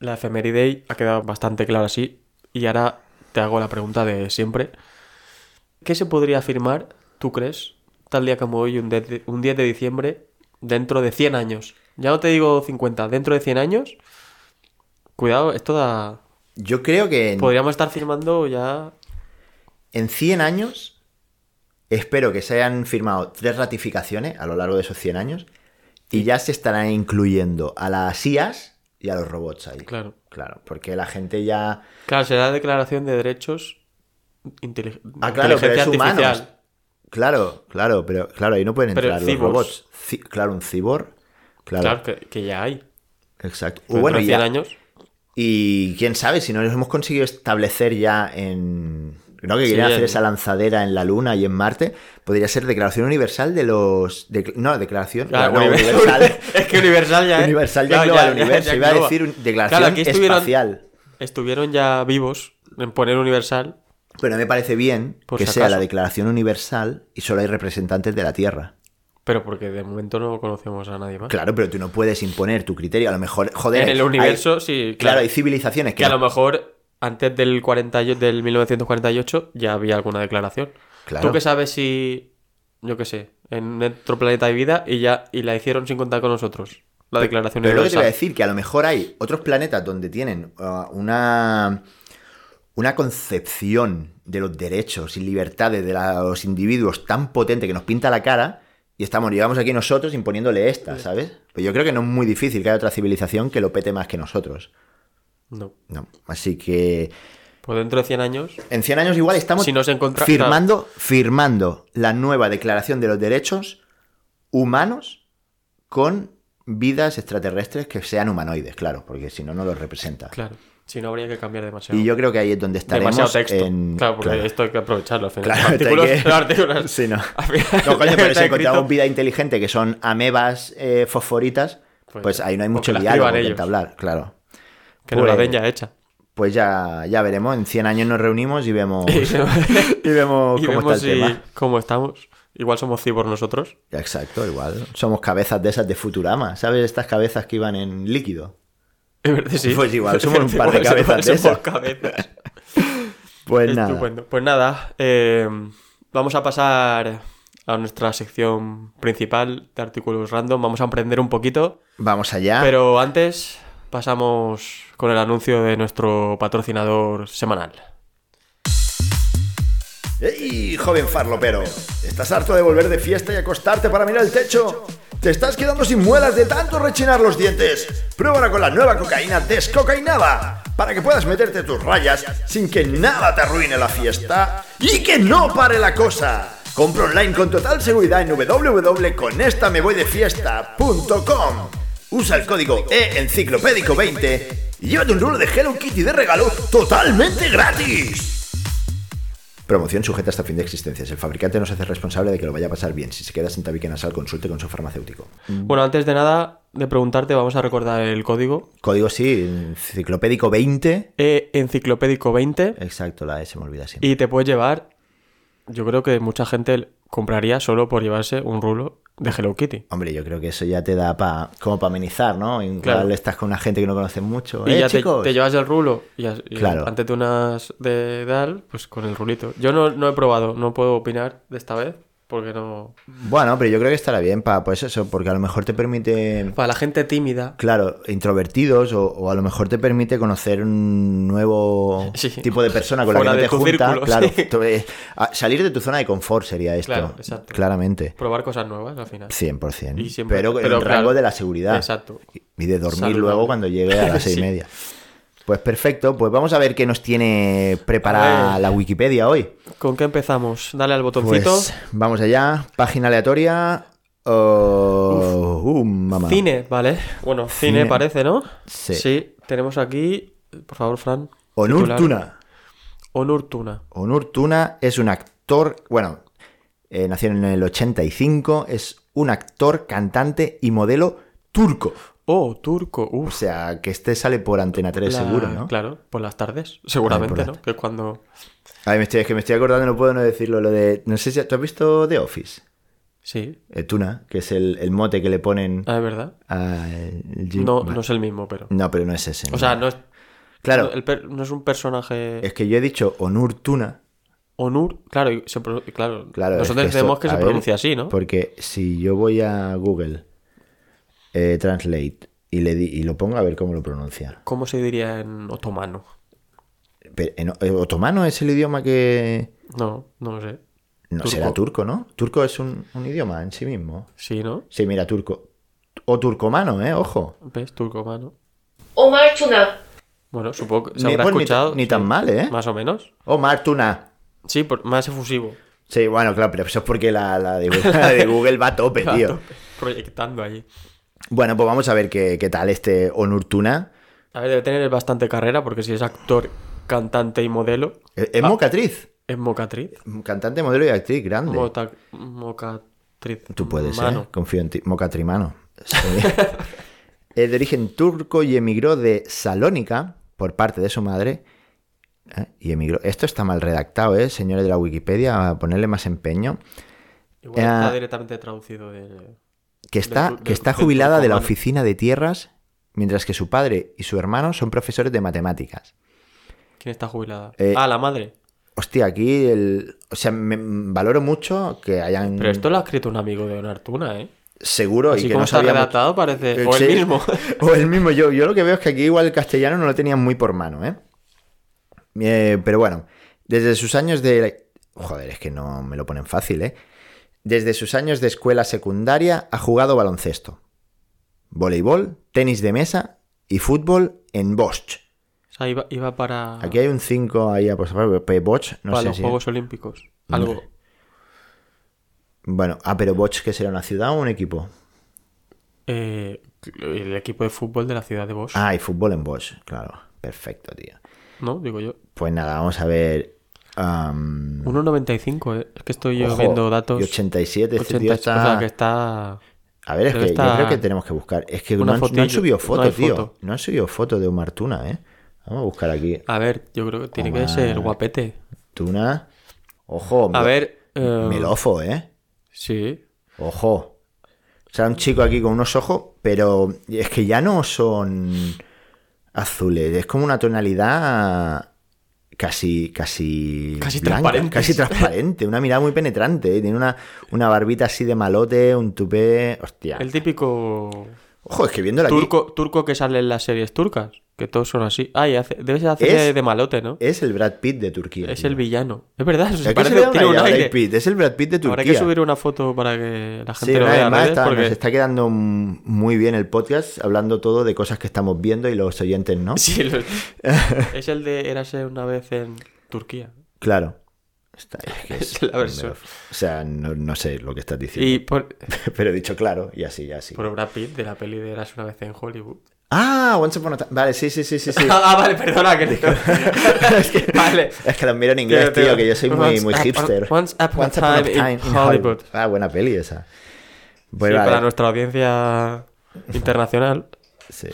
[SPEAKER 1] la efeméride ha quedado bastante claro así. Y ahora te hago la pregunta de siempre. ¿Qué se podría afirmar, tú crees, tal día como hoy, un, de- de- un 10 de diciembre, dentro de 100 años? Ya no te digo 50, dentro de 100 años, cuidado, esto da...
[SPEAKER 3] Yo creo que en-
[SPEAKER 1] Podríamos estar firmando ya...
[SPEAKER 3] En 100 años, espero que se hayan firmado tres ratificaciones a lo largo de esos 100 años y ya se estarán incluyendo a las IAs y a los robots ahí.
[SPEAKER 1] Claro.
[SPEAKER 3] Claro, porque la gente ya...
[SPEAKER 1] Claro, será declaración de derechos intelig-
[SPEAKER 3] Ah, claro, pero
[SPEAKER 1] inteligencia
[SPEAKER 3] es humanos.
[SPEAKER 1] artificial.
[SPEAKER 3] Claro, claro, pero claro, ahí no pueden
[SPEAKER 1] Pero
[SPEAKER 3] entrar los
[SPEAKER 1] cyborgs.
[SPEAKER 3] robots. Ci- claro, un cibor. Claro,
[SPEAKER 1] Claro, que, que ya hay.
[SPEAKER 3] exacto.
[SPEAKER 1] Dentro
[SPEAKER 3] bueno,
[SPEAKER 1] de
[SPEAKER 3] y
[SPEAKER 1] 100
[SPEAKER 3] ya-
[SPEAKER 1] años.
[SPEAKER 3] Y quién sabe si no los hemos conseguido establecer ya en. ¿No? Que
[SPEAKER 1] Sí,
[SPEAKER 3] querían hacer
[SPEAKER 1] en-
[SPEAKER 3] esa lanzadera en la Luna y en Marte. Podría ser Declaración Universal de los. de- no, Declaración.
[SPEAKER 1] Claro,
[SPEAKER 3] no,
[SPEAKER 1] univer-
[SPEAKER 3] Universal.
[SPEAKER 1] Ah, es que Universal ya es.
[SPEAKER 3] Universal ya
[SPEAKER 1] Claro,
[SPEAKER 3] engloba el universo.
[SPEAKER 1] ya
[SPEAKER 3] Iba a
[SPEAKER 1] engloba.
[SPEAKER 3] decir un-
[SPEAKER 1] Claro,
[SPEAKER 3] Declaración
[SPEAKER 1] aquí estuvieron,
[SPEAKER 3] Espacial.
[SPEAKER 1] Estuvieron ya vivos en poner Universal.
[SPEAKER 3] Pero me parece bien
[SPEAKER 1] Por
[SPEAKER 3] que
[SPEAKER 1] si
[SPEAKER 3] sea la
[SPEAKER 1] acaso.
[SPEAKER 3] Declaración Universal y solo hay representantes de la Tierra.
[SPEAKER 1] Pero porque de momento no conocemos a nadie más.
[SPEAKER 3] Claro, pero tú no puedes imponer tu criterio. A lo mejor, joder.
[SPEAKER 1] Ah. En el
[SPEAKER 3] hay-
[SPEAKER 1] universo, sí,
[SPEAKER 3] Claro,
[SPEAKER 1] claro.
[SPEAKER 3] hay civilizaciones que.
[SPEAKER 1] Que a lo mejor antes del, 40, y- del 1948 ya había alguna declaración.
[SPEAKER 3] Claro.
[SPEAKER 1] ¿Tú qué sabes si. Yo qué sé. En otro planeta hay vida y ya y la hicieron sin contar con nosotros. La declaración
[SPEAKER 3] Pero lo que te
[SPEAKER 1] universal.
[SPEAKER 3] voy a decir, que a lo mejor hay otros planetas donde tienen uh, una, una concepción de los derechos y libertades de la- los individuos tan potente que nos pinta la cara y estamos, llegamos aquí nosotros imponiéndole esta, ¿sabes? Pero yo creo que no es muy difícil que haya otra civilización que lo pete más que nosotros.
[SPEAKER 1] No.
[SPEAKER 3] No. Así que
[SPEAKER 1] Pues dentro de 100 años.
[SPEAKER 3] en 100 años igual estamos
[SPEAKER 1] Si nos encontra-
[SPEAKER 3] firmando, firmando la nueva declaración de los derechos humanos con vidas extraterrestres que sean humanoides, claro, porque si no, no los representa.
[SPEAKER 1] Claro. Si no, habría que cambiar demasiado.
[SPEAKER 3] Y yo creo que ahí es donde estaremos
[SPEAKER 1] Demasiado texto.
[SPEAKER 3] en...
[SPEAKER 1] Claro, porque este
[SPEAKER 3] claro.
[SPEAKER 1] esto hay que aprovecharlo al final.
[SPEAKER 3] Claro, este
[SPEAKER 1] Los
[SPEAKER 3] hay
[SPEAKER 1] artículos,
[SPEAKER 3] que-
[SPEAKER 1] los artículos-
[SPEAKER 3] Sí, no.
[SPEAKER 1] al final-
[SPEAKER 3] No, coño, pero
[SPEAKER 1] está
[SPEAKER 3] si encontramos
[SPEAKER 1] escrito.
[SPEAKER 3] vida inteligente que son amebas eh, fosforitas, pues,
[SPEAKER 1] Pues ya.
[SPEAKER 3] ahí no hay
[SPEAKER 1] O que
[SPEAKER 3] mucho
[SPEAKER 1] la
[SPEAKER 3] diálogo
[SPEAKER 1] escriban
[SPEAKER 3] que
[SPEAKER 1] ellos.
[SPEAKER 3] entablar, claro.
[SPEAKER 1] Que no la
[SPEAKER 3] Pues-
[SPEAKER 1] den ya hecha.
[SPEAKER 3] Pues ya, ya veremos, en 100 años nos reunimos y vemos,
[SPEAKER 1] Y vemos-
[SPEAKER 3] y vemos
[SPEAKER 1] Y
[SPEAKER 3] cómo
[SPEAKER 1] vemos
[SPEAKER 3] está el
[SPEAKER 1] si-
[SPEAKER 3] tema.
[SPEAKER 1] cómo estamos. Igual somos cibor nosotros.
[SPEAKER 3] Ya, Exacto, igual. Somos cabezas de esas de Futurama, ¿sabes? Estas cabezas que iban en líquido.
[SPEAKER 1] En verdad, sí.
[SPEAKER 3] Pues igual, somos un par de
[SPEAKER 1] Igual
[SPEAKER 3] cabezas de
[SPEAKER 1] somos-
[SPEAKER 3] esas.
[SPEAKER 1] somos cabezas.
[SPEAKER 3] Pues nada.
[SPEAKER 1] Estupendo. Pues nada, eh, vamos a pasar a nuestra sección principal de artículos random. Vamos a emprender un poquito.
[SPEAKER 3] Vamos allá.
[SPEAKER 1] Pero antes pasamos con el anuncio de nuestro patrocinador semanal.
[SPEAKER 3] ¡Ey, joven farlopero! ¿Estás harto de volver de fiesta y acostarte para mirar el techo? ¿Te estás quedando sin muelas de tanto rechinar los dientes? Pruébala con la nueva cocaína descocainada para que puedas meterte tus rayas sin que nada te arruine la fiesta y que no pare la cosa. Compra online con total seguridad en www.conestamevoydefiesta.com. Usa el código E, E-enciclopédico20 y llévate un rulo de Hello Kitty de regalo totalmente gratis. Promoción sujeta hasta fin de existencia. El fabricante no se hace responsable de que lo vaya a pasar bien. Si se queda sin tabiquenasal, consulte con su farmacéutico.
[SPEAKER 1] Bueno, antes de nada, de preguntarte, vamos a recordar el código.
[SPEAKER 3] Código sí, enciclopédico 20.
[SPEAKER 1] E enciclopédico 20.
[SPEAKER 3] Exacto, la E se me olvida siempre.
[SPEAKER 1] Y te puedes llevar. Yo creo que mucha gente compraría solo por llevarse un rulo de Hello Kitty.
[SPEAKER 3] Hombre, yo creo que eso ya te da pa, como para amenizar, ¿no? En
[SPEAKER 1] Claro.
[SPEAKER 3] cual estás con una gente que no conoces mucho.
[SPEAKER 1] Y
[SPEAKER 3] "Eh,
[SPEAKER 1] ya te,
[SPEAKER 3] chicos!
[SPEAKER 1] te llevas el rulo y, ya- y
[SPEAKER 3] Claro.
[SPEAKER 1] antes de unas de dar, pues con el rulito. Yo no, no he probado, no puedo opinar de esta vez porque no...
[SPEAKER 3] Bueno, pero yo creo que estará bien para pues eso, porque a lo mejor te permite,
[SPEAKER 1] Para la gente tímida,
[SPEAKER 3] claro, introvertidos o, o a lo mejor te permite conocer un nuevo
[SPEAKER 1] Sí.
[SPEAKER 3] tipo de persona con la que
[SPEAKER 1] Fuera
[SPEAKER 3] no
[SPEAKER 1] de
[SPEAKER 3] te
[SPEAKER 1] tu
[SPEAKER 3] junta,
[SPEAKER 1] círculo,
[SPEAKER 3] claro,
[SPEAKER 1] sí.
[SPEAKER 3] tú, eh, a- salir de tu zona de confort sería esto,
[SPEAKER 1] Claro, exacto.
[SPEAKER 3] claramente.
[SPEAKER 1] probar cosas nuevas al final.
[SPEAKER 3] 100%.
[SPEAKER 1] Y siempre-
[SPEAKER 3] pero en el
[SPEAKER 1] pero,
[SPEAKER 3] rango
[SPEAKER 1] claro,
[SPEAKER 3] de la seguridad.
[SPEAKER 1] exacto.
[SPEAKER 3] Y- Y de dormir
[SPEAKER 1] Saludable.
[SPEAKER 3] luego cuando llegue a las seis y
[SPEAKER 1] Sí.
[SPEAKER 3] media. Pues perfecto, pues vamos a ver qué nos tiene
[SPEAKER 1] A
[SPEAKER 3] preparada
[SPEAKER 1] ver.
[SPEAKER 3] la Wikipedia hoy.
[SPEAKER 1] ¿Con qué empezamos? Dale al botoncito.
[SPEAKER 3] Pues vamos allá, página aleatoria. Oh, uh, mamá.
[SPEAKER 1] Cine, vale. Bueno, cine,
[SPEAKER 3] Cine.
[SPEAKER 1] parece, ¿no?
[SPEAKER 3] Sí.
[SPEAKER 1] Tenemos aquí, por favor, Fran.
[SPEAKER 3] Onur
[SPEAKER 1] titular.
[SPEAKER 3] Tuna.
[SPEAKER 1] Onur Tuna.
[SPEAKER 3] Onur Tuna es un actor, bueno, eh, nació en el 85, es un actor, cantante y modelo turco.
[SPEAKER 1] Oh, turco.
[SPEAKER 3] O
[SPEAKER 1] Uf.
[SPEAKER 3] sea, que este sale por Antena 3
[SPEAKER 1] La-
[SPEAKER 3] seguro, ¿no?
[SPEAKER 1] Claro, por las tardes, seguramente,
[SPEAKER 3] las
[SPEAKER 1] ¿no? Que es cuando...
[SPEAKER 3] Ay, me estoy, es que me estoy acordando, no puedo no decirlo, lo de... No sé si... ¿Tú has visto The Office?
[SPEAKER 1] Sí,
[SPEAKER 3] Eh, Tuna, que es el, el mote que le ponen
[SPEAKER 1] ah, es verdad.
[SPEAKER 3] al... Jim-
[SPEAKER 1] No,
[SPEAKER 3] Vale. Mm.
[SPEAKER 1] no es el mismo, pero...
[SPEAKER 3] No, pero no es ese.
[SPEAKER 1] O sea, no es...
[SPEAKER 3] Claro,
[SPEAKER 1] el per- no es un personaje...
[SPEAKER 3] es que yo he dicho Onur Tuna.
[SPEAKER 1] Onur, claro, y se pro- claro,
[SPEAKER 3] Claro, es
[SPEAKER 1] nosotros
[SPEAKER 3] que esto-
[SPEAKER 1] creemos que
[SPEAKER 3] a
[SPEAKER 1] se
[SPEAKER 3] ver, pues
[SPEAKER 1] pronuncia así, ¿no?
[SPEAKER 3] Porque si yo voy a Google eh, Translate y, le di- y lo pongo a ver cómo lo pronuncia.
[SPEAKER 1] ¿Cómo se diría en otomano?
[SPEAKER 3] Pero, en- en otomano es el idioma que...
[SPEAKER 1] No, no lo sé.
[SPEAKER 3] No,
[SPEAKER 1] Turco.
[SPEAKER 3] será turco, ¿no? Turco es un, un idioma en sí mismo.
[SPEAKER 1] Sí, ¿no?
[SPEAKER 3] Sí, mira, turco. O turcomano, ¿eh? Ojo.
[SPEAKER 1] ¿Ves? Turcomano.
[SPEAKER 4] Omar Tuna,
[SPEAKER 1] Bueno, supongo que se
[SPEAKER 3] Ni-
[SPEAKER 1] habrá
[SPEAKER 3] pues ni-
[SPEAKER 1] escuchado.
[SPEAKER 3] ni
[SPEAKER 1] sí,
[SPEAKER 3] tan mal, ¿eh?
[SPEAKER 1] Más o menos.
[SPEAKER 3] Omar Tuna.
[SPEAKER 1] Sí, por- más efusivo.
[SPEAKER 3] Sí, bueno, claro, pero eso es porque la, la de, la de Google va a tope, Eh, tío.
[SPEAKER 1] Proyectando allí.
[SPEAKER 3] Bueno, pues vamos a ver qué, qué tal este Onur Tuna.
[SPEAKER 1] A ver, debe tener bastante carrera porque si es actor, cantante y modelo,
[SPEAKER 3] Eh, Es es mocatriz.
[SPEAKER 1] es mocatriz.
[SPEAKER 3] Cantante, modelo y actriz grande.
[SPEAKER 1] Mota- mocatriz.
[SPEAKER 3] Tú puedes,
[SPEAKER 1] mano.
[SPEAKER 3] ¿eh? Confío en ti. Mocatrimano. Sí. es de origen turco y emigró de Salónica por parte de su madre. ¿eh? Y emigró. Esto está mal redactado, ¿eh? Señores de la Wikipedia, a ponerle más empeño.
[SPEAKER 1] Igual está
[SPEAKER 3] Eh,
[SPEAKER 1] directamente traducido de.
[SPEAKER 3] que está,
[SPEAKER 1] Del tu-
[SPEAKER 3] que
[SPEAKER 1] del-
[SPEAKER 3] está
[SPEAKER 1] del
[SPEAKER 3] jubilada de la
[SPEAKER 1] turcomano.
[SPEAKER 3] oficina de tierras, mientras que su padre y su hermano son profesores de matemáticas.
[SPEAKER 1] ¿Quién está jubilada?
[SPEAKER 3] Eh,
[SPEAKER 1] ah, la madre.
[SPEAKER 3] Hostia, aquí el. O sea, me mm, valoro mucho que hayan.
[SPEAKER 1] Pero esto lo ha escrito un amigo de Onartuna, ¿eh?
[SPEAKER 3] Seguro
[SPEAKER 1] Así
[SPEAKER 3] y que
[SPEAKER 1] como
[SPEAKER 3] Mm. no
[SPEAKER 1] está
[SPEAKER 3] sabíamos.
[SPEAKER 1] redactado, parece.
[SPEAKER 3] Eh,
[SPEAKER 1] O
[SPEAKER 3] sí.
[SPEAKER 1] el mismo.
[SPEAKER 3] o el mismo. Yo, yo lo que veo es que aquí igual el castellano no lo tenían muy por mano, ¿eh? Eh, pero bueno, desde sus años de. Joder, es que no me lo ponen fácil, ¿eh? Desde sus años de escuela secundaria ha jugado baloncesto, voleibol, tenis de mesa y fútbol en Bosch.
[SPEAKER 1] O sea, iba, iba para.
[SPEAKER 3] Aquí hay un 5 ahí apostado, pero Bosch, no
[SPEAKER 1] para
[SPEAKER 3] sé
[SPEAKER 1] los
[SPEAKER 3] si. Mm.
[SPEAKER 1] Juegos Olímpicos. Algo.
[SPEAKER 3] Bueno, ah, pero Bosch, que será una ciudad o un equipo.
[SPEAKER 1] Eh, el equipo de fútbol de la ciudad de Bosch.
[SPEAKER 3] Ah, y fútbol en Bosch, claro. Perfecto, tío.
[SPEAKER 1] ¿No? Digo yo.
[SPEAKER 3] Pues nada, vamos a ver. am,
[SPEAKER 1] 1.95, eh. Es que estoy yo
[SPEAKER 3] ojo,
[SPEAKER 1] viendo datos.
[SPEAKER 3] Y 87, este
[SPEAKER 1] 80,
[SPEAKER 3] tío
[SPEAKER 1] O
[SPEAKER 3] está.
[SPEAKER 1] sea, que está.
[SPEAKER 3] A ver, es
[SPEAKER 1] debe
[SPEAKER 3] que yo
[SPEAKER 1] estar-
[SPEAKER 3] creo que tenemos que buscar. Es que no
[SPEAKER 1] Una
[SPEAKER 3] han, no han
[SPEAKER 1] fotillo,
[SPEAKER 3] subido
[SPEAKER 1] no
[SPEAKER 3] fotos,
[SPEAKER 1] hay
[SPEAKER 3] tío.
[SPEAKER 1] foto.
[SPEAKER 3] No han subido fotos de Omar Tuna, ¿eh? Vamos a buscar aquí.
[SPEAKER 1] A ver, yo creo que tiene que
[SPEAKER 3] Omar.
[SPEAKER 1] ser guapete.
[SPEAKER 3] Tuna. Ojo,
[SPEAKER 1] A
[SPEAKER 3] me-
[SPEAKER 1] ver. eh,
[SPEAKER 3] Melofo, ¿eh?
[SPEAKER 1] Sí.
[SPEAKER 3] Ojo. O sea, un chico aquí con unos ojos, pero es que ya no son azules, es como una tonalidad casi casi
[SPEAKER 1] Casi transparente.
[SPEAKER 3] casi transparente, una mirada muy penetrante, ¿eh? tiene una, una barbita así de malote, un tupé, hostia.
[SPEAKER 1] El típico.
[SPEAKER 3] Ojo, es que viéndolo aquí
[SPEAKER 1] Turco, turco que sale en las series turcas. Que todos son así. Ah, y hace, debe ser hacer
[SPEAKER 3] Es-
[SPEAKER 1] de, de malote, ¿no?
[SPEAKER 3] es el Brad Pitt de Turquía.
[SPEAKER 1] Es
[SPEAKER 3] tío.
[SPEAKER 1] el villano. Es verdad, se
[SPEAKER 3] Es que se
[SPEAKER 1] parece-
[SPEAKER 3] le da
[SPEAKER 1] tiene
[SPEAKER 3] una
[SPEAKER 1] un
[SPEAKER 3] idea,
[SPEAKER 1] aire.
[SPEAKER 3] Brad Pitt, es el Brad Pitt de
[SPEAKER 1] Habrá
[SPEAKER 3] Turquía.
[SPEAKER 1] que subir una foto para que la gente
[SPEAKER 3] Sí,
[SPEAKER 1] lo
[SPEAKER 3] una
[SPEAKER 1] vea
[SPEAKER 3] vez
[SPEAKER 1] en
[SPEAKER 3] más
[SPEAKER 1] redes,
[SPEAKER 3] está-
[SPEAKER 1] ¿eh? porque-
[SPEAKER 3] nos está quedando mm, muy bien el podcast, hablando todo de cosas que estamos viendo y los oyentes no.
[SPEAKER 1] Sí, lo- es el de Érase una vez en Turquía.
[SPEAKER 3] Claro. Está, es que
[SPEAKER 1] Es la versión.
[SPEAKER 3] O sea, no, no sé lo que estás diciendo.
[SPEAKER 1] Y por,
[SPEAKER 3] Pero he dicho claro y así, y así.
[SPEAKER 1] por Brad Pitt de la peli de Érase una vez en Hollywood.
[SPEAKER 3] Ah, Once Upon a Time. Vale, sí, sí, sí, sí. sí.
[SPEAKER 1] ah, vale, perdona, que
[SPEAKER 3] es que, pues
[SPEAKER 1] Vale.
[SPEAKER 3] Es que lo miro en inglés,
[SPEAKER 1] Tío,
[SPEAKER 3] tío,
[SPEAKER 1] tío.
[SPEAKER 3] que yo soy muy,
[SPEAKER 1] Once
[SPEAKER 3] muy
[SPEAKER 1] upon-
[SPEAKER 3] hipster.
[SPEAKER 1] Once upon a time in Hollywood.
[SPEAKER 3] Ah, buena peli esa. Pues
[SPEAKER 1] Sí,
[SPEAKER 3] vale,
[SPEAKER 1] para nuestra audiencia internacional.
[SPEAKER 3] sí.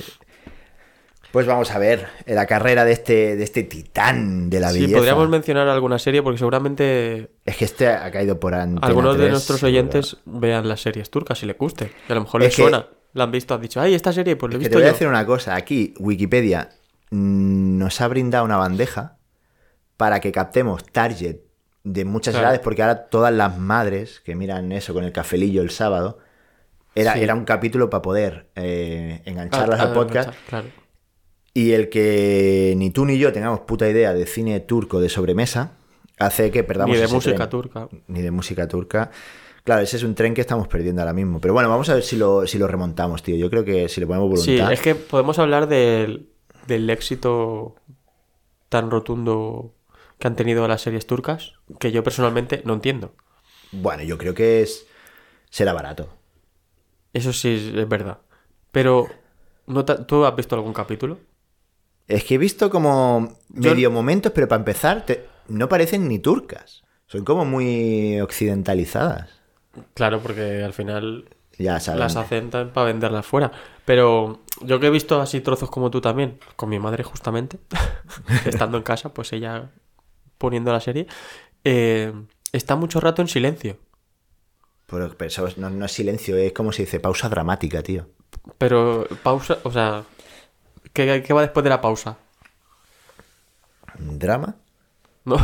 [SPEAKER 3] Pues vamos a ver eh, la carrera de este, de este titán de la
[SPEAKER 1] Sí,
[SPEAKER 3] belleza.
[SPEAKER 1] podríamos mencionar alguna serie porque seguramente
[SPEAKER 3] Es que este ha caído por antena
[SPEAKER 1] algunos de
[SPEAKER 3] 3,
[SPEAKER 1] nuestros
[SPEAKER 3] seguro.
[SPEAKER 1] oyentes vean las series turcas y les guste. Y a lo mejor
[SPEAKER 3] Es
[SPEAKER 1] les
[SPEAKER 3] que-
[SPEAKER 1] suena. La han visto, han dicho, ay, esta serie, pues la he
[SPEAKER 3] Que
[SPEAKER 1] visto
[SPEAKER 3] te voy
[SPEAKER 1] yo.
[SPEAKER 3] a decir una cosa. Aquí, Wikipedia mm, nos ha brindado una bandeja para que captemos target de muchas
[SPEAKER 1] Claro.
[SPEAKER 3] edades, porque ahora todas las madres que miran eso con el cafelillo el sábado, era,
[SPEAKER 1] Sí.
[SPEAKER 3] era un capítulo para poder eh,
[SPEAKER 1] Ah,
[SPEAKER 3] engancharlas
[SPEAKER 1] ah,
[SPEAKER 3] al podcast.
[SPEAKER 1] Claro.
[SPEAKER 3] Y el que ni tú ni yo tengamos puta idea de cine turco de sobremesa hace que perdamos
[SPEAKER 1] Ni de
[SPEAKER 3] ese
[SPEAKER 1] música
[SPEAKER 3] tren.
[SPEAKER 1] turca.
[SPEAKER 3] Ni de música turca. Claro, ese es un tren que estamos perdiendo ahora mismo. Pero bueno, vamos a ver si lo, si lo remontamos, tío. Yo creo que si le ponemos
[SPEAKER 1] Sí,
[SPEAKER 3] voluntad.
[SPEAKER 1] es que podemos hablar del, del éxito tan rotundo que han tenido las series turcas, que yo personalmente no entiendo.
[SPEAKER 3] Bueno, yo creo que es será barato.
[SPEAKER 1] Eso sí es- es verdad. Pero, ¿no ta- ¿tú has visto algún capítulo?
[SPEAKER 3] Es que he visto como
[SPEAKER 1] Yo-
[SPEAKER 3] medio momentos, pero para empezar, te- no parecen ni turcas. Son como muy occidentalizadas.
[SPEAKER 1] Claro, porque al final
[SPEAKER 3] Ya sabes.
[SPEAKER 1] las hacen para venderlas fuera. Pero yo que he visto así trozos como tú también, con mi madre justamente, estando en casa, pues ella poniendo la serie, eh, está mucho rato en silencio.
[SPEAKER 3] Pero, pero eso es- no, no es silencio, es como se dice, pausa dramática, tío.
[SPEAKER 1] Pero pausa, o sea, ¿qué, qué va después de la pausa?
[SPEAKER 3] ¿Drama?
[SPEAKER 1] No.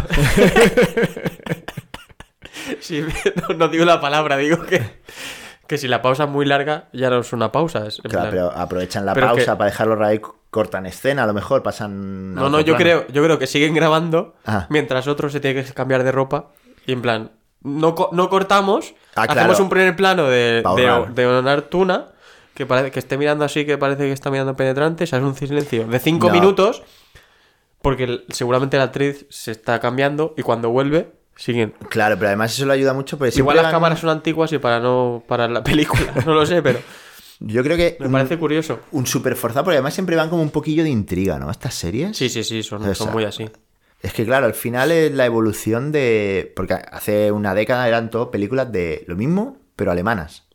[SPEAKER 1] Sí, no, no digo la palabra, digo que, que si la pausa es muy larga, ya no es una pausa. es en
[SPEAKER 3] Claro,
[SPEAKER 1] plan-
[SPEAKER 3] pero aprovechan la
[SPEAKER 1] Pero es
[SPEAKER 3] pausa
[SPEAKER 1] que-
[SPEAKER 3] para dejarlo ahí, cortan escena, a lo mejor pasan. a
[SPEAKER 1] No, no,
[SPEAKER 3] otro
[SPEAKER 1] yo
[SPEAKER 3] plano.
[SPEAKER 1] creo, yo creo que siguen grabando
[SPEAKER 3] Ah.
[SPEAKER 1] mientras otro se tiene que cambiar de ropa. Y en plan, no, co- no cortamos,
[SPEAKER 3] Ah, claro.
[SPEAKER 1] hacemos un primer plano de,
[SPEAKER 3] Pa'
[SPEAKER 1] de,
[SPEAKER 3] ahorrar.
[SPEAKER 1] de Leonard Tuna, que parece que esté mirando así, que parece que está mirando penetrante, se hace un silencio de 5
[SPEAKER 3] No.
[SPEAKER 1] minutos, porque el- seguramente la actriz se está cambiando y cuando vuelve, siguen.
[SPEAKER 3] Claro, pero además eso le ayuda mucho. Porque siempre
[SPEAKER 1] Igual las
[SPEAKER 3] van-
[SPEAKER 1] cámaras son antiguas y para no parar la película, no lo sé, pero
[SPEAKER 3] Yo creo que.
[SPEAKER 1] me
[SPEAKER 3] un-
[SPEAKER 1] parece curioso.
[SPEAKER 3] Un super forzado, porque además siempre van como un poquillo de intriga, ¿no? Estas series.
[SPEAKER 1] Sí, sí, sí, son, son
[SPEAKER 3] Exacto.
[SPEAKER 1] muy así.
[SPEAKER 3] Es que claro, al final es la evolución de. Porque hace una década eran todo películas de lo mismo, pero alemanas.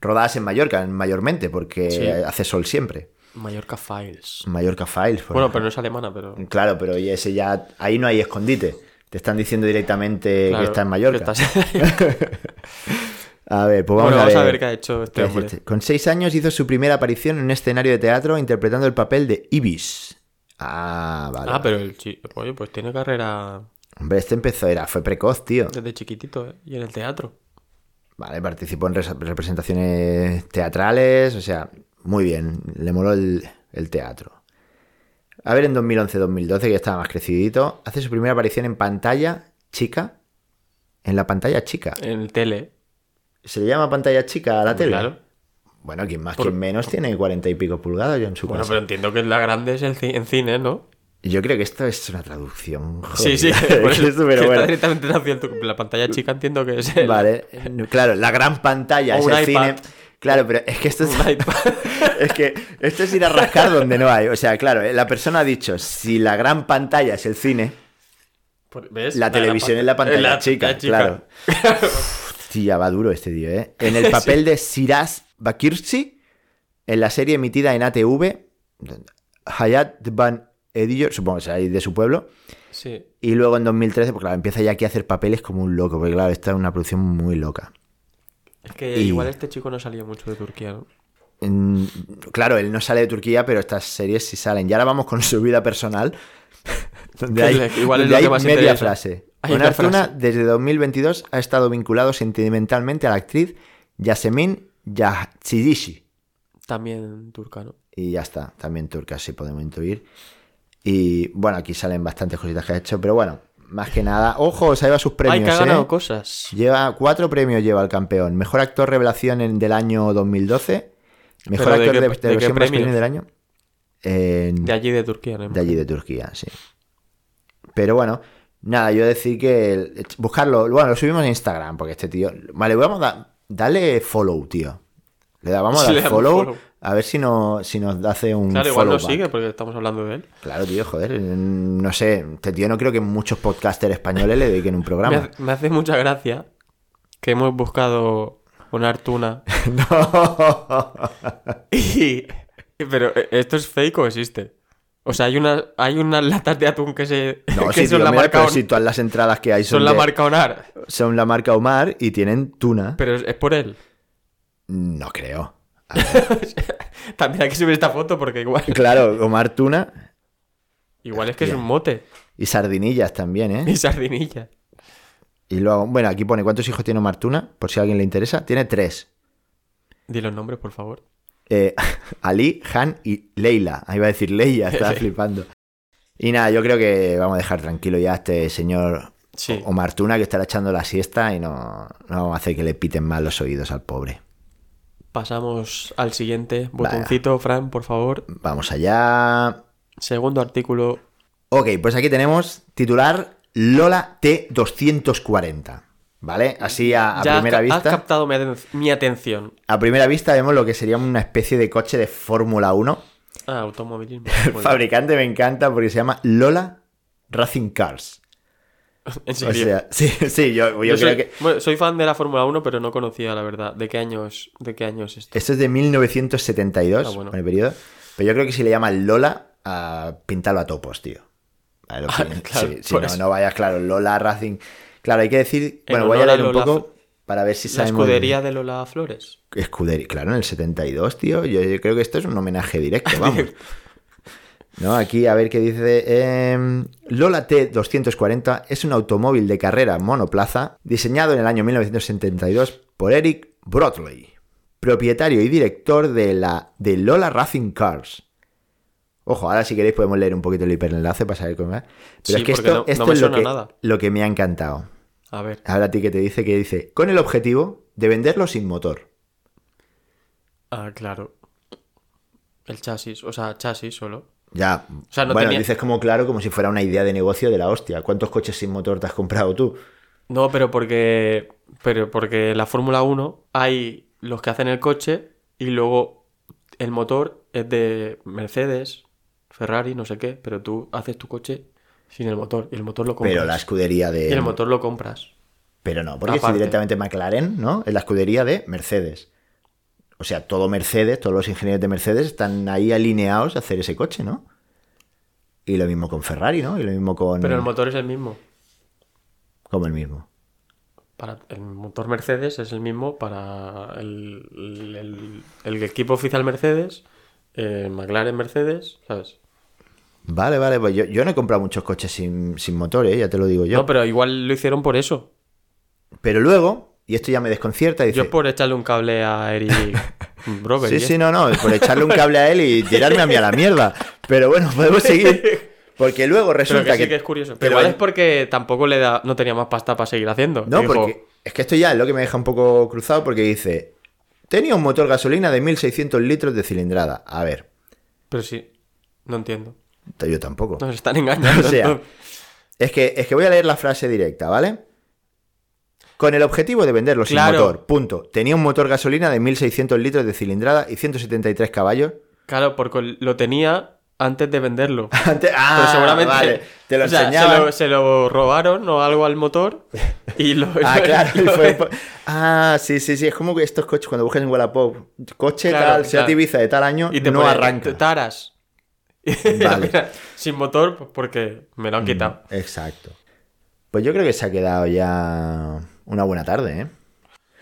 [SPEAKER 3] Rodadas en Mallorca, mayormente, porque
[SPEAKER 1] Sí.
[SPEAKER 3] hace sol siempre.
[SPEAKER 1] Mallorca Files.
[SPEAKER 3] Mallorca Files. por
[SPEAKER 1] Bueno,
[SPEAKER 3] ejemplo.
[SPEAKER 1] pero no es alemana, pero...
[SPEAKER 3] Claro, pero y ese ya. Ahí no hay escondite. Te están diciendo directamente
[SPEAKER 1] Claro,
[SPEAKER 3] que está en Mallorca.
[SPEAKER 1] que estás-
[SPEAKER 3] A ver, pues vamos,
[SPEAKER 1] bueno,
[SPEAKER 3] a,
[SPEAKER 1] vamos
[SPEAKER 3] ver.
[SPEAKER 1] a ver qué ha hecho este
[SPEAKER 3] ¿Qué
[SPEAKER 1] hombre.
[SPEAKER 3] decirte? Con seis años hizo su primera aparición en un escenario de teatro interpretando el papel de Ibis. Ah, vale.
[SPEAKER 1] Ah, pero el chi- Oye, pues tiene carrera
[SPEAKER 3] Hombre, este empezó, era, fue precoz, tío.
[SPEAKER 1] desde chiquitito, ¿eh? Y en el teatro.
[SPEAKER 3] Vale, participó en res- representaciones teatrales, o sea, muy bien, le moló el, el teatro. A ver, en 2011-2012, que ya estaba más crecidito, hace su primera aparición en pantalla chica. En la pantalla chica.
[SPEAKER 1] En el tele.
[SPEAKER 3] ¿Se le llama pantalla chica a la tele?
[SPEAKER 1] Claro.
[SPEAKER 3] Bueno, quien más,
[SPEAKER 1] Por-
[SPEAKER 3] quien menos tiene cuarenta y pico pulgadas yo en su
[SPEAKER 1] Bueno,
[SPEAKER 3] casa.
[SPEAKER 1] pero entiendo que la grande es el ci- en cine, ¿no?
[SPEAKER 3] Yo creo que esto es una traducción.
[SPEAKER 1] Sí, sí.
[SPEAKER 3] jodida.
[SPEAKER 1] por eso,
[SPEAKER 3] Es súper
[SPEAKER 1] que está
[SPEAKER 3] bueno.
[SPEAKER 1] directamente traducido en tu- La pantalla chica entiendo que es el,
[SPEAKER 3] Vale, claro, la gran pantalla
[SPEAKER 1] O
[SPEAKER 3] es
[SPEAKER 1] un
[SPEAKER 3] el
[SPEAKER 1] iPad.
[SPEAKER 3] cine. Claro, pero es que esto es,
[SPEAKER 1] un iPad.
[SPEAKER 3] es que esto es ir a rascar donde no hay. O sea, claro, eh, la persona ha dicho, si la gran pantalla es el cine,
[SPEAKER 1] Por- ¿Ves?
[SPEAKER 3] la televisión es la pantalla
[SPEAKER 1] es la
[SPEAKER 3] chica, claro. Hostia, va duro este tío, ¿eh? En el papel de Siraz Bakirci, en la serie emitida en ATV, Hayat Van Ediyor, supongo que será ahí de su pueblo,
[SPEAKER 1] Sí.
[SPEAKER 3] y luego en 2013, porque pues claro, empieza ya aquí a hacer papeles como un loco, porque claro, esta es una producción muy loca.
[SPEAKER 1] Es que
[SPEAKER 3] Y-
[SPEAKER 1] igual este chico no salió mucho de Turquía, ¿no?
[SPEAKER 3] Mm, Claro, él no sale de Turquía, pero estas series sí salen. Y ahora vamos con su vida personal. donde
[SPEAKER 1] Que
[SPEAKER 3] hay,
[SPEAKER 1] le- igual es
[SPEAKER 3] donde
[SPEAKER 1] lo que
[SPEAKER 3] hay
[SPEAKER 1] más
[SPEAKER 3] media
[SPEAKER 1] interesa.
[SPEAKER 3] frase.
[SPEAKER 1] Hay
[SPEAKER 3] Con
[SPEAKER 1] una
[SPEAKER 3] Artuna,
[SPEAKER 1] frase.
[SPEAKER 3] desde 2022, ha estado vinculado sentimentalmente a la actriz Yasemin Yazidishi.
[SPEAKER 1] También turca, ¿no?
[SPEAKER 3] Y ya está, también turca, si podemos intuir. Y bueno, aquí salen bastantes cositas que ha hecho, pero bueno, más que nada. Ojo, se lleva sus premios.
[SPEAKER 1] Ay, que ha
[SPEAKER 3] ¿eh?
[SPEAKER 1] ganado cosas.
[SPEAKER 3] Lleva cuatro premios lleva el campeón. Mejor actor revelación en- del año 2012. Mejor
[SPEAKER 1] ¿Pero de
[SPEAKER 3] actor de,
[SPEAKER 1] qué- de
[SPEAKER 3] de,
[SPEAKER 1] qué
[SPEAKER 3] versión
[SPEAKER 1] premios?
[SPEAKER 3] masculina del año. En-
[SPEAKER 1] De allí de Turquía, ¿no?
[SPEAKER 3] de allí de Turquía, sí. Pero bueno, nada, yo decir que el- buscarlo, bueno, lo subimos en Instagram porque este tío, vale, vamos a dar- dale follow, tío. Le da- vamos a
[SPEAKER 1] Sí,
[SPEAKER 3] dar
[SPEAKER 1] le damos
[SPEAKER 3] follow,
[SPEAKER 1] follow.
[SPEAKER 3] A ver si, no, si nos hace un.
[SPEAKER 1] Claro, igual no
[SPEAKER 3] follow-back.
[SPEAKER 1] sigue porque estamos hablando de él.
[SPEAKER 3] Claro, tío, joder. No sé, este tío no creo que muchos podcasters españoles le dediquen un
[SPEAKER 1] Me
[SPEAKER 3] programa.
[SPEAKER 1] hace, me hace mucha gracia que hemos buscado una Artuna.
[SPEAKER 3] no.
[SPEAKER 1] y- y- pero eh, esto es fake o existe. O sea, hay unas hay unas latas de atún que se
[SPEAKER 3] No,
[SPEAKER 1] que
[SPEAKER 3] sí, tío,
[SPEAKER 1] son la
[SPEAKER 3] mira,
[SPEAKER 1] marca
[SPEAKER 3] pero
[SPEAKER 1] On-
[SPEAKER 3] si todas las entradas que hay son,
[SPEAKER 1] son la
[SPEAKER 3] de-
[SPEAKER 1] marca Onar,
[SPEAKER 3] son la marca Omar y tienen tuna.
[SPEAKER 1] pero es, es por él.
[SPEAKER 3] No creo.
[SPEAKER 1] También hay que subir esta foto porque igual
[SPEAKER 3] Claro, Omar tuna
[SPEAKER 1] igual es que es
[SPEAKER 3] Hostia.
[SPEAKER 1] un mote
[SPEAKER 3] y sardinillas también, ¿eh?
[SPEAKER 1] y sardinilla.
[SPEAKER 3] Y luego, bueno, aquí pone cuántos hijos tiene Omar tuna, por si a alguien le interesa. Tiene tres.
[SPEAKER 1] Di los nombres, por favor.
[SPEAKER 3] Eh, Ali, Han y Leila. Ahí va a decir Leila, estaba flipando. Y nada, yo creo que vamos a dejar tranquilo ya a este señor
[SPEAKER 1] Sí.
[SPEAKER 3] O- Omar Tuna que estará echando la siesta y no, no vamos a hacer que le piten mal los oídos al pobre. oh.
[SPEAKER 1] Pasamos al siguiente botoncito, Fran, por favor.
[SPEAKER 3] Vamos allá.
[SPEAKER 1] Segundo artículo.
[SPEAKER 3] Ok, pues aquí tenemos titular Lola T240. ¿Vale? Así a, a
[SPEAKER 1] ya has
[SPEAKER 3] primera
[SPEAKER 1] ca- has,
[SPEAKER 3] vista.
[SPEAKER 1] captado mi, aten- mi atención.
[SPEAKER 3] A primera vista vemos lo que sería una especie de coche de Fórmula 1.
[SPEAKER 1] Ah, automovilismo.
[SPEAKER 3] El
[SPEAKER 1] Muy
[SPEAKER 3] fabricante me encanta porque se llama Lola Racing Cars.
[SPEAKER 1] bien. En
[SPEAKER 3] O
[SPEAKER 1] serio.
[SPEAKER 3] sea, sí, sí, yo, yo
[SPEAKER 1] Yo
[SPEAKER 3] creo
[SPEAKER 1] soy,
[SPEAKER 3] que.
[SPEAKER 1] bueno, soy fan de la Fórmula 1, pero no conocía, la verdad. ¿De qué año es, de qué año es esto?
[SPEAKER 3] Esto es de 1972,
[SPEAKER 1] Ah, bueno.
[SPEAKER 3] con el periodo. Pero yo creo que si le llaman Lola, a pintarlo a topos, tío. Vale,
[SPEAKER 1] Ah,
[SPEAKER 3] sí,
[SPEAKER 1] claro,
[SPEAKER 3] sí,
[SPEAKER 1] por
[SPEAKER 3] no,
[SPEAKER 1] eso.
[SPEAKER 3] no vayas, claro, Lola Racing. Claro, hay que decir.
[SPEAKER 1] En
[SPEAKER 3] bueno, voy a
[SPEAKER 1] honor a
[SPEAKER 3] leer un
[SPEAKER 1] Lola
[SPEAKER 3] poco para ver si
[SPEAKER 1] La
[SPEAKER 3] sabemos.
[SPEAKER 1] escudería de Lola Flores.
[SPEAKER 3] Escudería, claro, en el 72, tío. Yo, yo creo que esto es un homenaje directo, vamos. No, aquí a ver qué dice. em, Lola T240 es un automóvil de carrera monoplaza diseñado en el año 1972 por Eric Broadley, propietario y director de la de Lola Racing Cars. Ojo, ahora si queréis podemos leer un poquito el hiperenlace para saber cómo es. Pero
[SPEAKER 1] Sí,
[SPEAKER 3] es que
[SPEAKER 1] porque
[SPEAKER 3] esto,
[SPEAKER 1] no- no
[SPEAKER 3] esto
[SPEAKER 1] me
[SPEAKER 3] es lo
[SPEAKER 1] suena
[SPEAKER 3] que,
[SPEAKER 1] nada.
[SPEAKER 3] lo que me ha encantado.
[SPEAKER 1] A ver,
[SPEAKER 3] Ahora a ti que te dice que dice, con el objetivo de venderlo sin motor.
[SPEAKER 1] ah, claro. El chasis, o sea, chasis solo.
[SPEAKER 3] Ya.
[SPEAKER 1] O sea, no
[SPEAKER 3] bueno,
[SPEAKER 1] tenía-
[SPEAKER 3] dices como claro, como si fuera una idea de negocio de la hostia. ¿Cuántos coches sin motor te has comprado tú?
[SPEAKER 1] No, pero porque. Pero porque en la Fórmula 1 hay los que hacen el coche y luego el motor es de Mercedes, Ferrari, no sé qué, pero tú haces tu coche sin el motor y el motor lo compras.
[SPEAKER 3] Pero la escudería de.
[SPEAKER 1] Y el motor lo compras.
[SPEAKER 3] Pero no, porque si
[SPEAKER 1] Aparte.
[SPEAKER 3] directamente McLaren, ¿no? Es la escudería de Mercedes. O sea, todo Mercedes, todos los ingenieros de Mercedes están ahí alineados a hacer ese coche, ¿no? Y lo mismo con Ferrari, ¿no? Y lo mismo con.
[SPEAKER 1] Pero el motor es el mismo.
[SPEAKER 3] Como el mismo.
[SPEAKER 1] Para, el motor Mercedes es el mismo para el, el- el- el equipo oficial Mercedes, eh, McLaren Mercedes, ¿sabes?
[SPEAKER 3] Vale, vale, pues yo, yo no he comprado muchos coches sin, sin motor, ¿eh? ya te lo digo yo.
[SPEAKER 1] No, pero igual lo hicieron por eso.
[SPEAKER 3] Pero luego, y esto ya me desconcierta, dice.
[SPEAKER 1] Yo por echarle un cable a Eric ¿eh? Brover.
[SPEAKER 3] Sí, sí, no, no, por echarle un cable a él y tirarme a mí a la mierda. Pero bueno, podemos seguir. Porque luego
[SPEAKER 1] Pero
[SPEAKER 3] resulta
[SPEAKER 1] que sí que es curioso. Pero, igual es porque tampoco le da, no tenía más pasta para seguir haciendo.
[SPEAKER 3] No,
[SPEAKER 1] Y dijo,
[SPEAKER 3] porque es que esto ya es lo que me deja un poco cruzado porque dice, tenía un motor gasolina de 1600 litros de cilindrada. A ver,
[SPEAKER 1] Pero sí, no entiendo.
[SPEAKER 3] t- yo tampoco.
[SPEAKER 1] Nos están engañando.
[SPEAKER 3] O sea,
[SPEAKER 1] ¿no?
[SPEAKER 3] Es que, es que voy a leer la frase directa, ¿vale? Con el objetivo de venderlo
[SPEAKER 1] Claro.
[SPEAKER 3] sin motor, punto. Tenía un motor gasolina de 1600 litros de cilindrada y 173 caballos.
[SPEAKER 1] Claro, porque lo tenía antes de venderlo.
[SPEAKER 3] Antes- ah,
[SPEAKER 1] Pero Pues seguramente
[SPEAKER 3] vale, te lo
[SPEAKER 1] o sea, se
[SPEAKER 3] enseñaban.
[SPEAKER 1] lo- se, lo, robaron o algo al motor y lo.
[SPEAKER 3] Ah,
[SPEAKER 1] lo-
[SPEAKER 3] claro. y
[SPEAKER 1] lo-
[SPEAKER 3] fue por- Ah, sí, sí, sí. Es como que estos coches, cuando buscas en Wallapop, coche
[SPEAKER 1] Claro,
[SPEAKER 3] tal, Seat
[SPEAKER 1] claro.
[SPEAKER 3] Ibiza de tal año,
[SPEAKER 1] y te
[SPEAKER 3] no
[SPEAKER 1] pone,
[SPEAKER 3] arranca.
[SPEAKER 1] Taras.
[SPEAKER 3] Vale. Mm,
[SPEAKER 1] Mira, sin motor, pues porque me lo han quitado.
[SPEAKER 3] Exacto. Pues yo creo que se ha quedado ya una buena tarde, ¿eh?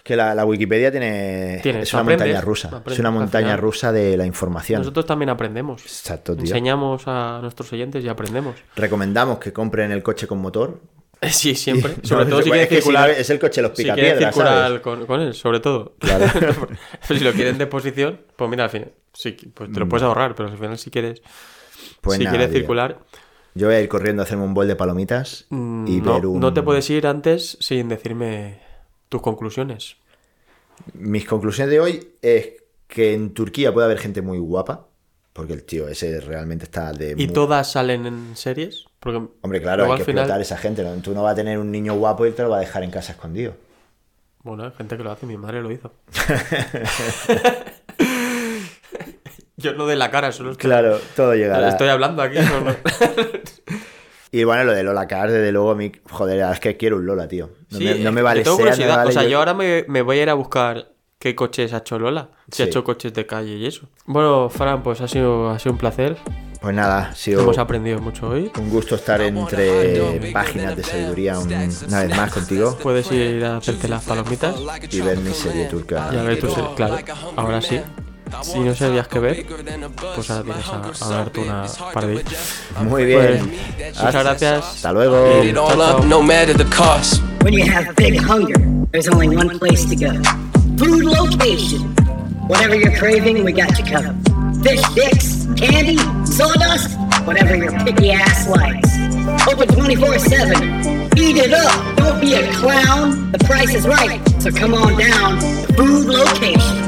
[SPEAKER 3] Que la, la Wikipedia tiene,
[SPEAKER 1] Tiene,
[SPEAKER 3] es una
[SPEAKER 1] aprendes,
[SPEAKER 3] montaña rusa.
[SPEAKER 1] aprendes,
[SPEAKER 3] es una
[SPEAKER 1] al
[SPEAKER 3] montaña
[SPEAKER 1] final.
[SPEAKER 3] rusa de la información.
[SPEAKER 1] Nosotros también aprendemos.
[SPEAKER 3] Exacto, tío.
[SPEAKER 1] Enseñamos a nuestros oyentes y aprendemos.
[SPEAKER 3] Recomendamos que compren el coche con motor.
[SPEAKER 1] Sí, siempre.
[SPEAKER 3] No,
[SPEAKER 1] Sobre todo
[SPEAKER 3] es
[SPEAKER 1] si
[SPEAKER 3] que
[SPEAKER 1] quieres
[SPEAKER 3] si
[SPEAKER 1] circular,
[SPEAKER 3] no, es el coche de los
[SPEAKER 1] si quieres
[SPEAKER 3] picapiedras,
[SPEAKER 1] circular
[SPEAKER 3] ¿sabes?
[SPEAKER 1] con, con él, sobre todo.
[SPEAKER 3] Claro.
[SPEAKER 1] si lo quieres de posición, pues mira, al final, sí, pues te lo puedes ahorrar, pero al final si quieres,
[SPEAKER 3] Mm. Pues
[SPEAKER 1] si
[SPEAKER 3] nada,
[SPEAKER 1] quieres
[SPEAKER 3] tío.
[SPEAKER 1] circular,
[SPEAKER 3] Yo voy a ir corriendo a hacerme un bol de palomitas
[SPEAKER 1] mm,
[SPEAKER 3] y
[SPEAKER 1] no,
[SPEAKER 3] ver un...
[SPEAKER 1] no te puedes ir antes sin decirme tus conclusiones.
[SPEAKER 3] Mis conclusiones de hoy es que en Turquía puede haber gente muy guapa, porque el tío ese realmente está de...
[SPEAKER 1] ¿Y
[SPEAKER 3] mu-
[SPEAKER 1] todas salen en series? Porque
[SPEAKER 3] Hombre, claro,
[SPEAKER 1] luego
[SPEAKER 3] hay que
[SPEAKER 1] al final-
[SPEAKER 3] explotar esa gente. ¿no? Tú no vas a tener un niño guapo y te lo va a dejar en casa escondido.
[SPEAKER 1] Bueno, hay gente que lo hace, mi madre lo hizo. Yo no de la cara, solo estoy,
[SPEAKER 3] Claro, todo llegará.
[SPEAKER 1] estoy hablando aquí. no, no.
[SPEAKER 3] Y bueno, lo de Lola Cars, desde luego, a mí, joder, es que quiero un Lola, tío. No,
[SPEAKER 1] Sí,
[SPEAKER 3] me, no me
[SPEAKER 1] yo
[SPEAKER 3] vale
[SPEAKER 1] tengo
[SPEAKER 3] Seat, no me
[SPEAKER 1] curiosidad.
[SPEAKER 3] vale
[SPEAKER 1] o sea, yo,
[SPEAKER 3] yo-
[SPEAKER 1] ahora me, me voy a ir a buscar qué coches ha hecho Lola. Si ha
[SPEAKER 3] Sí.
[SPEAKER 1] hecho coches de calle y eso. Bueno, Fran, pues ha sido, ha sido un placer.
[SPEAKER 3] Pues nada, ha sido
[SPEAKER 1] Hemos aprendido mucho hoy.
[SPEAKER 3] un gusto estar entre páginas de sabiduría un- una vez más contigo.
[SPEAKER 1] Puedes ir a hacerte las palomitas
[SPEAKER 3] Y ver mi serie turca.
[SPEAKER 1] y a ver tu serie. Claro, ahora sí. Si no sabías qué ver, pues ahora tienes a, a darte una par de ellas.
[SPEAKER 3] Muy
[SPEAKER 1] Pues,
[SPEAKER 3] bien.
[SPEAKER 1] muchas gracias.
[SPEAKER 3] Hasta luego.
[SPEAKER 2] Eat it all up, no matter the cost.
[SPEAKER 5] When you have big hunger, there's only one place to go. Food location. Whatever you're craving, we got you covered. Fish sticks, candy, sawdust, whatever your picky ass likes. Open 24-7. Eat it up. Don't be a clown. The price is right. So come on down to food location.